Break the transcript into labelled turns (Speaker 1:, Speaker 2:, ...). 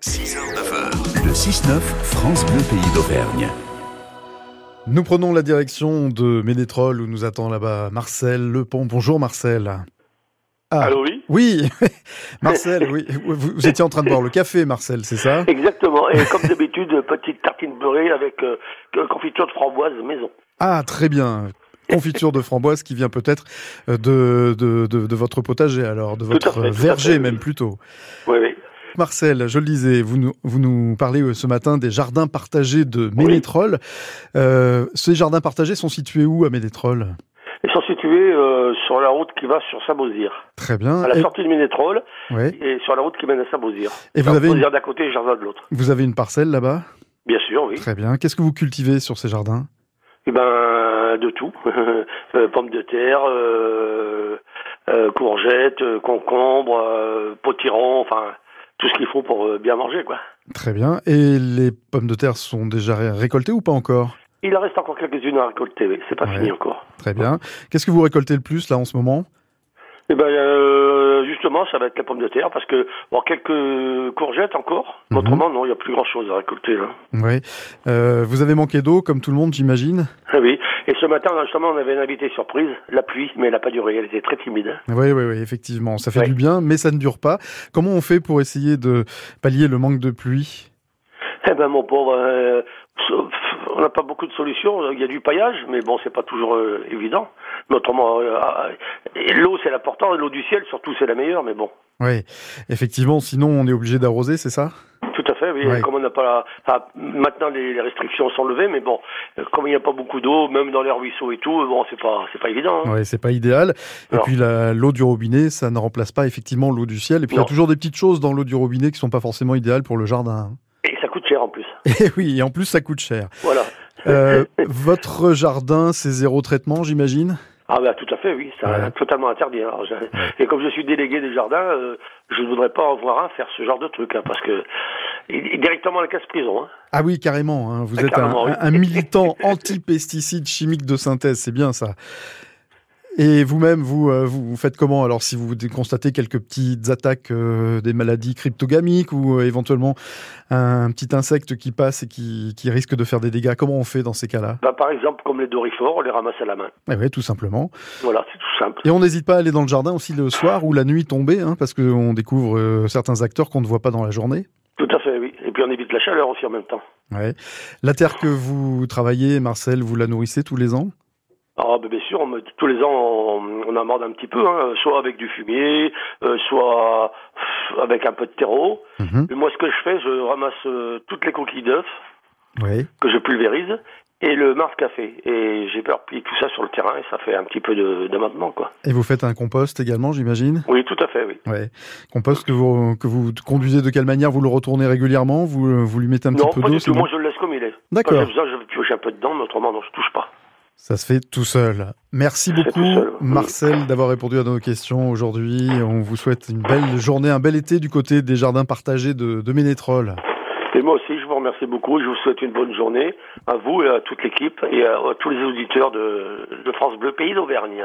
Speaker 1: 6h, 9h. Le 6-9, France Bleu Pays d'Auvergne.
Speaker 2: Nous prenons la direction de Ménétrol où nous attend là-bas Marcel Lepont. Bonjour Marcel. Ah,
Speaker 3: Allô, oui
Speaker 2: Oui, Marcel, oui. Vous, vous étiez en train de boire le café, Marcel, c'est ça
Speaker 3: Exactement. Et comme d'habitude, petite tartine beurrée avec euh, confiture de framboise maison.
Speaker 2: Ah, très bien. Confiture de framboise qui vient peut-être euh, de, de, de, de votre potager, alors, de
Speaker 3: Tout à
Speaker 2: votre
Speaker 3: fait, tout à
Speaker 2: verger
Speaker 3: fait,
Speaker 2: même
Speaker 3: oui.
Speaker 2: plutôt.
Speaker 3: Oui, oui.
Speaker 2: Marcel, je le disais, vous nous, vous nous parlez euh, ce matin des jardins partagés de Ménétrol. Euh, ces jardins partagés sont situés où à Ménétrol
Speaker 3: Ils sont situés euh, sur la route qui va sur Saint-Beauzire,
Speaker 2: Très bien.
Speaker 3: à la
Speaker 2: Et-
Speaker 3: sortie de Ménétrol,
Speaker 2: ouais.
Speaker 3: et sur la route qui mène à Saint-Beauzire.
Speaker 2: Et vous
Speaker 3: Alors,
Speaker 2: avez une-
Speaker 3: Beauzire d'un côté et Jardin de l'autre.
Speaker 2: Vous avez une parcelle là-bas
Speaker 3: Bien sûr, oui.
Speaker 2: Très bien. Qu'est-ce que vous cultivez sur ces jardins
Speaker 3: Et ben, de tout. Euh, Pommes de terre, euh, euh, courgettes, euh, concombres, euh, potirons, enfin, tout ce qu'il faut pour euh, bien manger, quoi.
Speaker 2: Très bien. Et les pommes de terre sont déjà ré- récoltées ou pas encore
Speaker 3: Il en reste encore quelques-unes à récolter, oui. C'est pas
Speaker 2: Ouais.
Speaker 3: fini encore.
Speaker 2: Très bien. Qu'est-ce que vous récoltez le plus là en ce moment
Speaker 3: Eh ben euh, justement, ça va être la pomme de terre parce que bon, quelques courgettes encore.
Speaker 2: Mhm.
Speaker 3: Autrement, non, il n'y a plus grand chose à récolter là.
Speaker 2: Oui. Euh, vous avez manqué d'eau comme tout le monde, j'imagine.
Speaker 3: Ah oui. Et ce matin, là, justement, on avait une invitée surprise, la pluie, mais elle n'a pas duré. Elle était très timide.
Speaker 2: Oui, oui, oui, effectivement. Ça fait
Speaker 3: Ouais.
Speaker 2: du bien, mais ça ne dure pas. Comment on fait pour essayer de pallier le manque de pluie
Speaker 3: Eh ben mon pauvre, euh, so- on n'a pas beaucoup de solutions. Il y a du paillage, mais bon, c'est pas toujours euh, évident. Mais autrement, euh, ah, et l'eau c'est l'important, l'eau du ciel surtout c'est la meilleure. Mais bon,
Speaker 2: Oui, effectivement. Sinon, on est obligé d'arroser, c'est ça
Speaker 3: tout à fait. Oui.
Speaker 2: Ouais.
Speaker 3: Comme on n'a pas, la- ah, maintenant les, les restrictions sont levées, mais bon, euh, comme il n'y a pas beaucoup d'eau, même dans les ruisseaux et tout, euh, bon, c'est pas, c'est pas évident. hein.
Speaker 2: Oui, c'est pas idéal. Et
Speaker 3: Non.
Speaker 2: puis la- l'eau du robinet, ça ne remplace pas effectivement l'eau du ciel. Et puis il y a
Speaker 3: Non.
Speaker 2: toujours des petites choses dans l'eau du robinet qui sont pas forcément idéales pour le jardin. hein.
Speaker 3: Et ça coûte cher en plus.
Speaker 2: Et Eh oui, et en plus ça coûte cher.
Speaker 3: Voilà.
Speaker 2: Euh, votre jardin, c'est zéro traitement, j'imagine
Speaker 3: Ah bah tout à fait, oui, c'est
Speaker 2: Ouais.
Speaker 3: totalement interdit. hein. Alors, je- Et comme je suis délégué des jardins, euh, je ne voudrais pas en voir un faire ce genre de truc, hein, parce que il il est directement à la casse-prison. Hein.
Speaker 2: Ah oui, carrément. hein, Vous
Speaker 3: Ah,
Speaker 2: êtes un,
Speaker 3: carrément, oui.
Speaker 2: un- un militant anti-pesticides chimiques de synthèse, c'est bien ça. Et vous-même, vous, euh, vous, vous faites comment Alors, si vous dé- constatez quelques petites attaques euh, des maladies cryptogamiques ou euh, éventuellement un petit insecte qui passe et qui, qui risque de faire des dégâts, comment on fait dans ces cas-là
Speaker 3: Bah, par exemple, comme les dorifores, on les ramasse à la main.
Speaker 2: Eh oui, tout simplement.
Speaker 3: Voilà, c'est tout simple.
Speaker 2: Et on n'hésite pas à aller dans le jardin aussi le soir ou la nuit tombée, hein, parce qu'on découvre euh, certains acteurs qu'on ne voit pas dans la journée.
Speaker 3: Tout à fait, oui. Et puis on évite la chaleur aussi en même temps.
Speaker 2: Ouais. La terre que vous travaillez, Marcel, vous la nourrissez tous les ans
Speaker 3: Ah bah, bien sûr, on me- tous les ans on, on amende un petit peu, hein, soit avec du fumier, euh, soit pff, avec un peu de terreau.
Speaker 2: Mhm.
Speaker 3: Mais moi ce que je fais, je ramasse euh, toutes les coquilles d'œufs
Speaker 2: Oui.
Speaker 3: que je pulvérise et le marc café. Et j'ai plie tout ça sur le terrain et ça fait un petit peu de- d'abattement, quoi.
Speaker 2: Et vous faites un compost également, j'imagine
Speaker 3: Oui, tout à fait, oui.
Speaker 2: Ouais. Compost que vous, que vous conduisez de quelle manière Vous le retournez régulièrement vous, vous lui mettez un
Speaker 3: non,
Speaker 2: petit peu
Speaker 3: pas
Speaker 2: d'eau
Speaker 3: du tout.
Speaker 2: sinon-
Speaker 3: Moi, je le laisse comme il est. Quand j'ai
Speaker 2: D'accord.
Speaker 3: besoin, je pioche un peu dedans, mais autrement, non, je touche pas.
Speaker 2: Ça se fait tout seul. Merci
Speaker 3: Ça se fait
Speaker 2: beaucoup,
Speaker 3: tout seul, oui.
Speaker 2: Marcel, d'avoir répondu à nos questions aujourd'hui. On vous souhaite une belle journée, un bel été du côté des jardins partagés de, de Ménétrol.
Speaker 3: Et moi aussi, je vous remercie beaucoup. Je vous souhaite une bonne journée à vous et à toute l'équipe et à, à tous les auditeurs de, de France Bleu Pays d'Auvergne.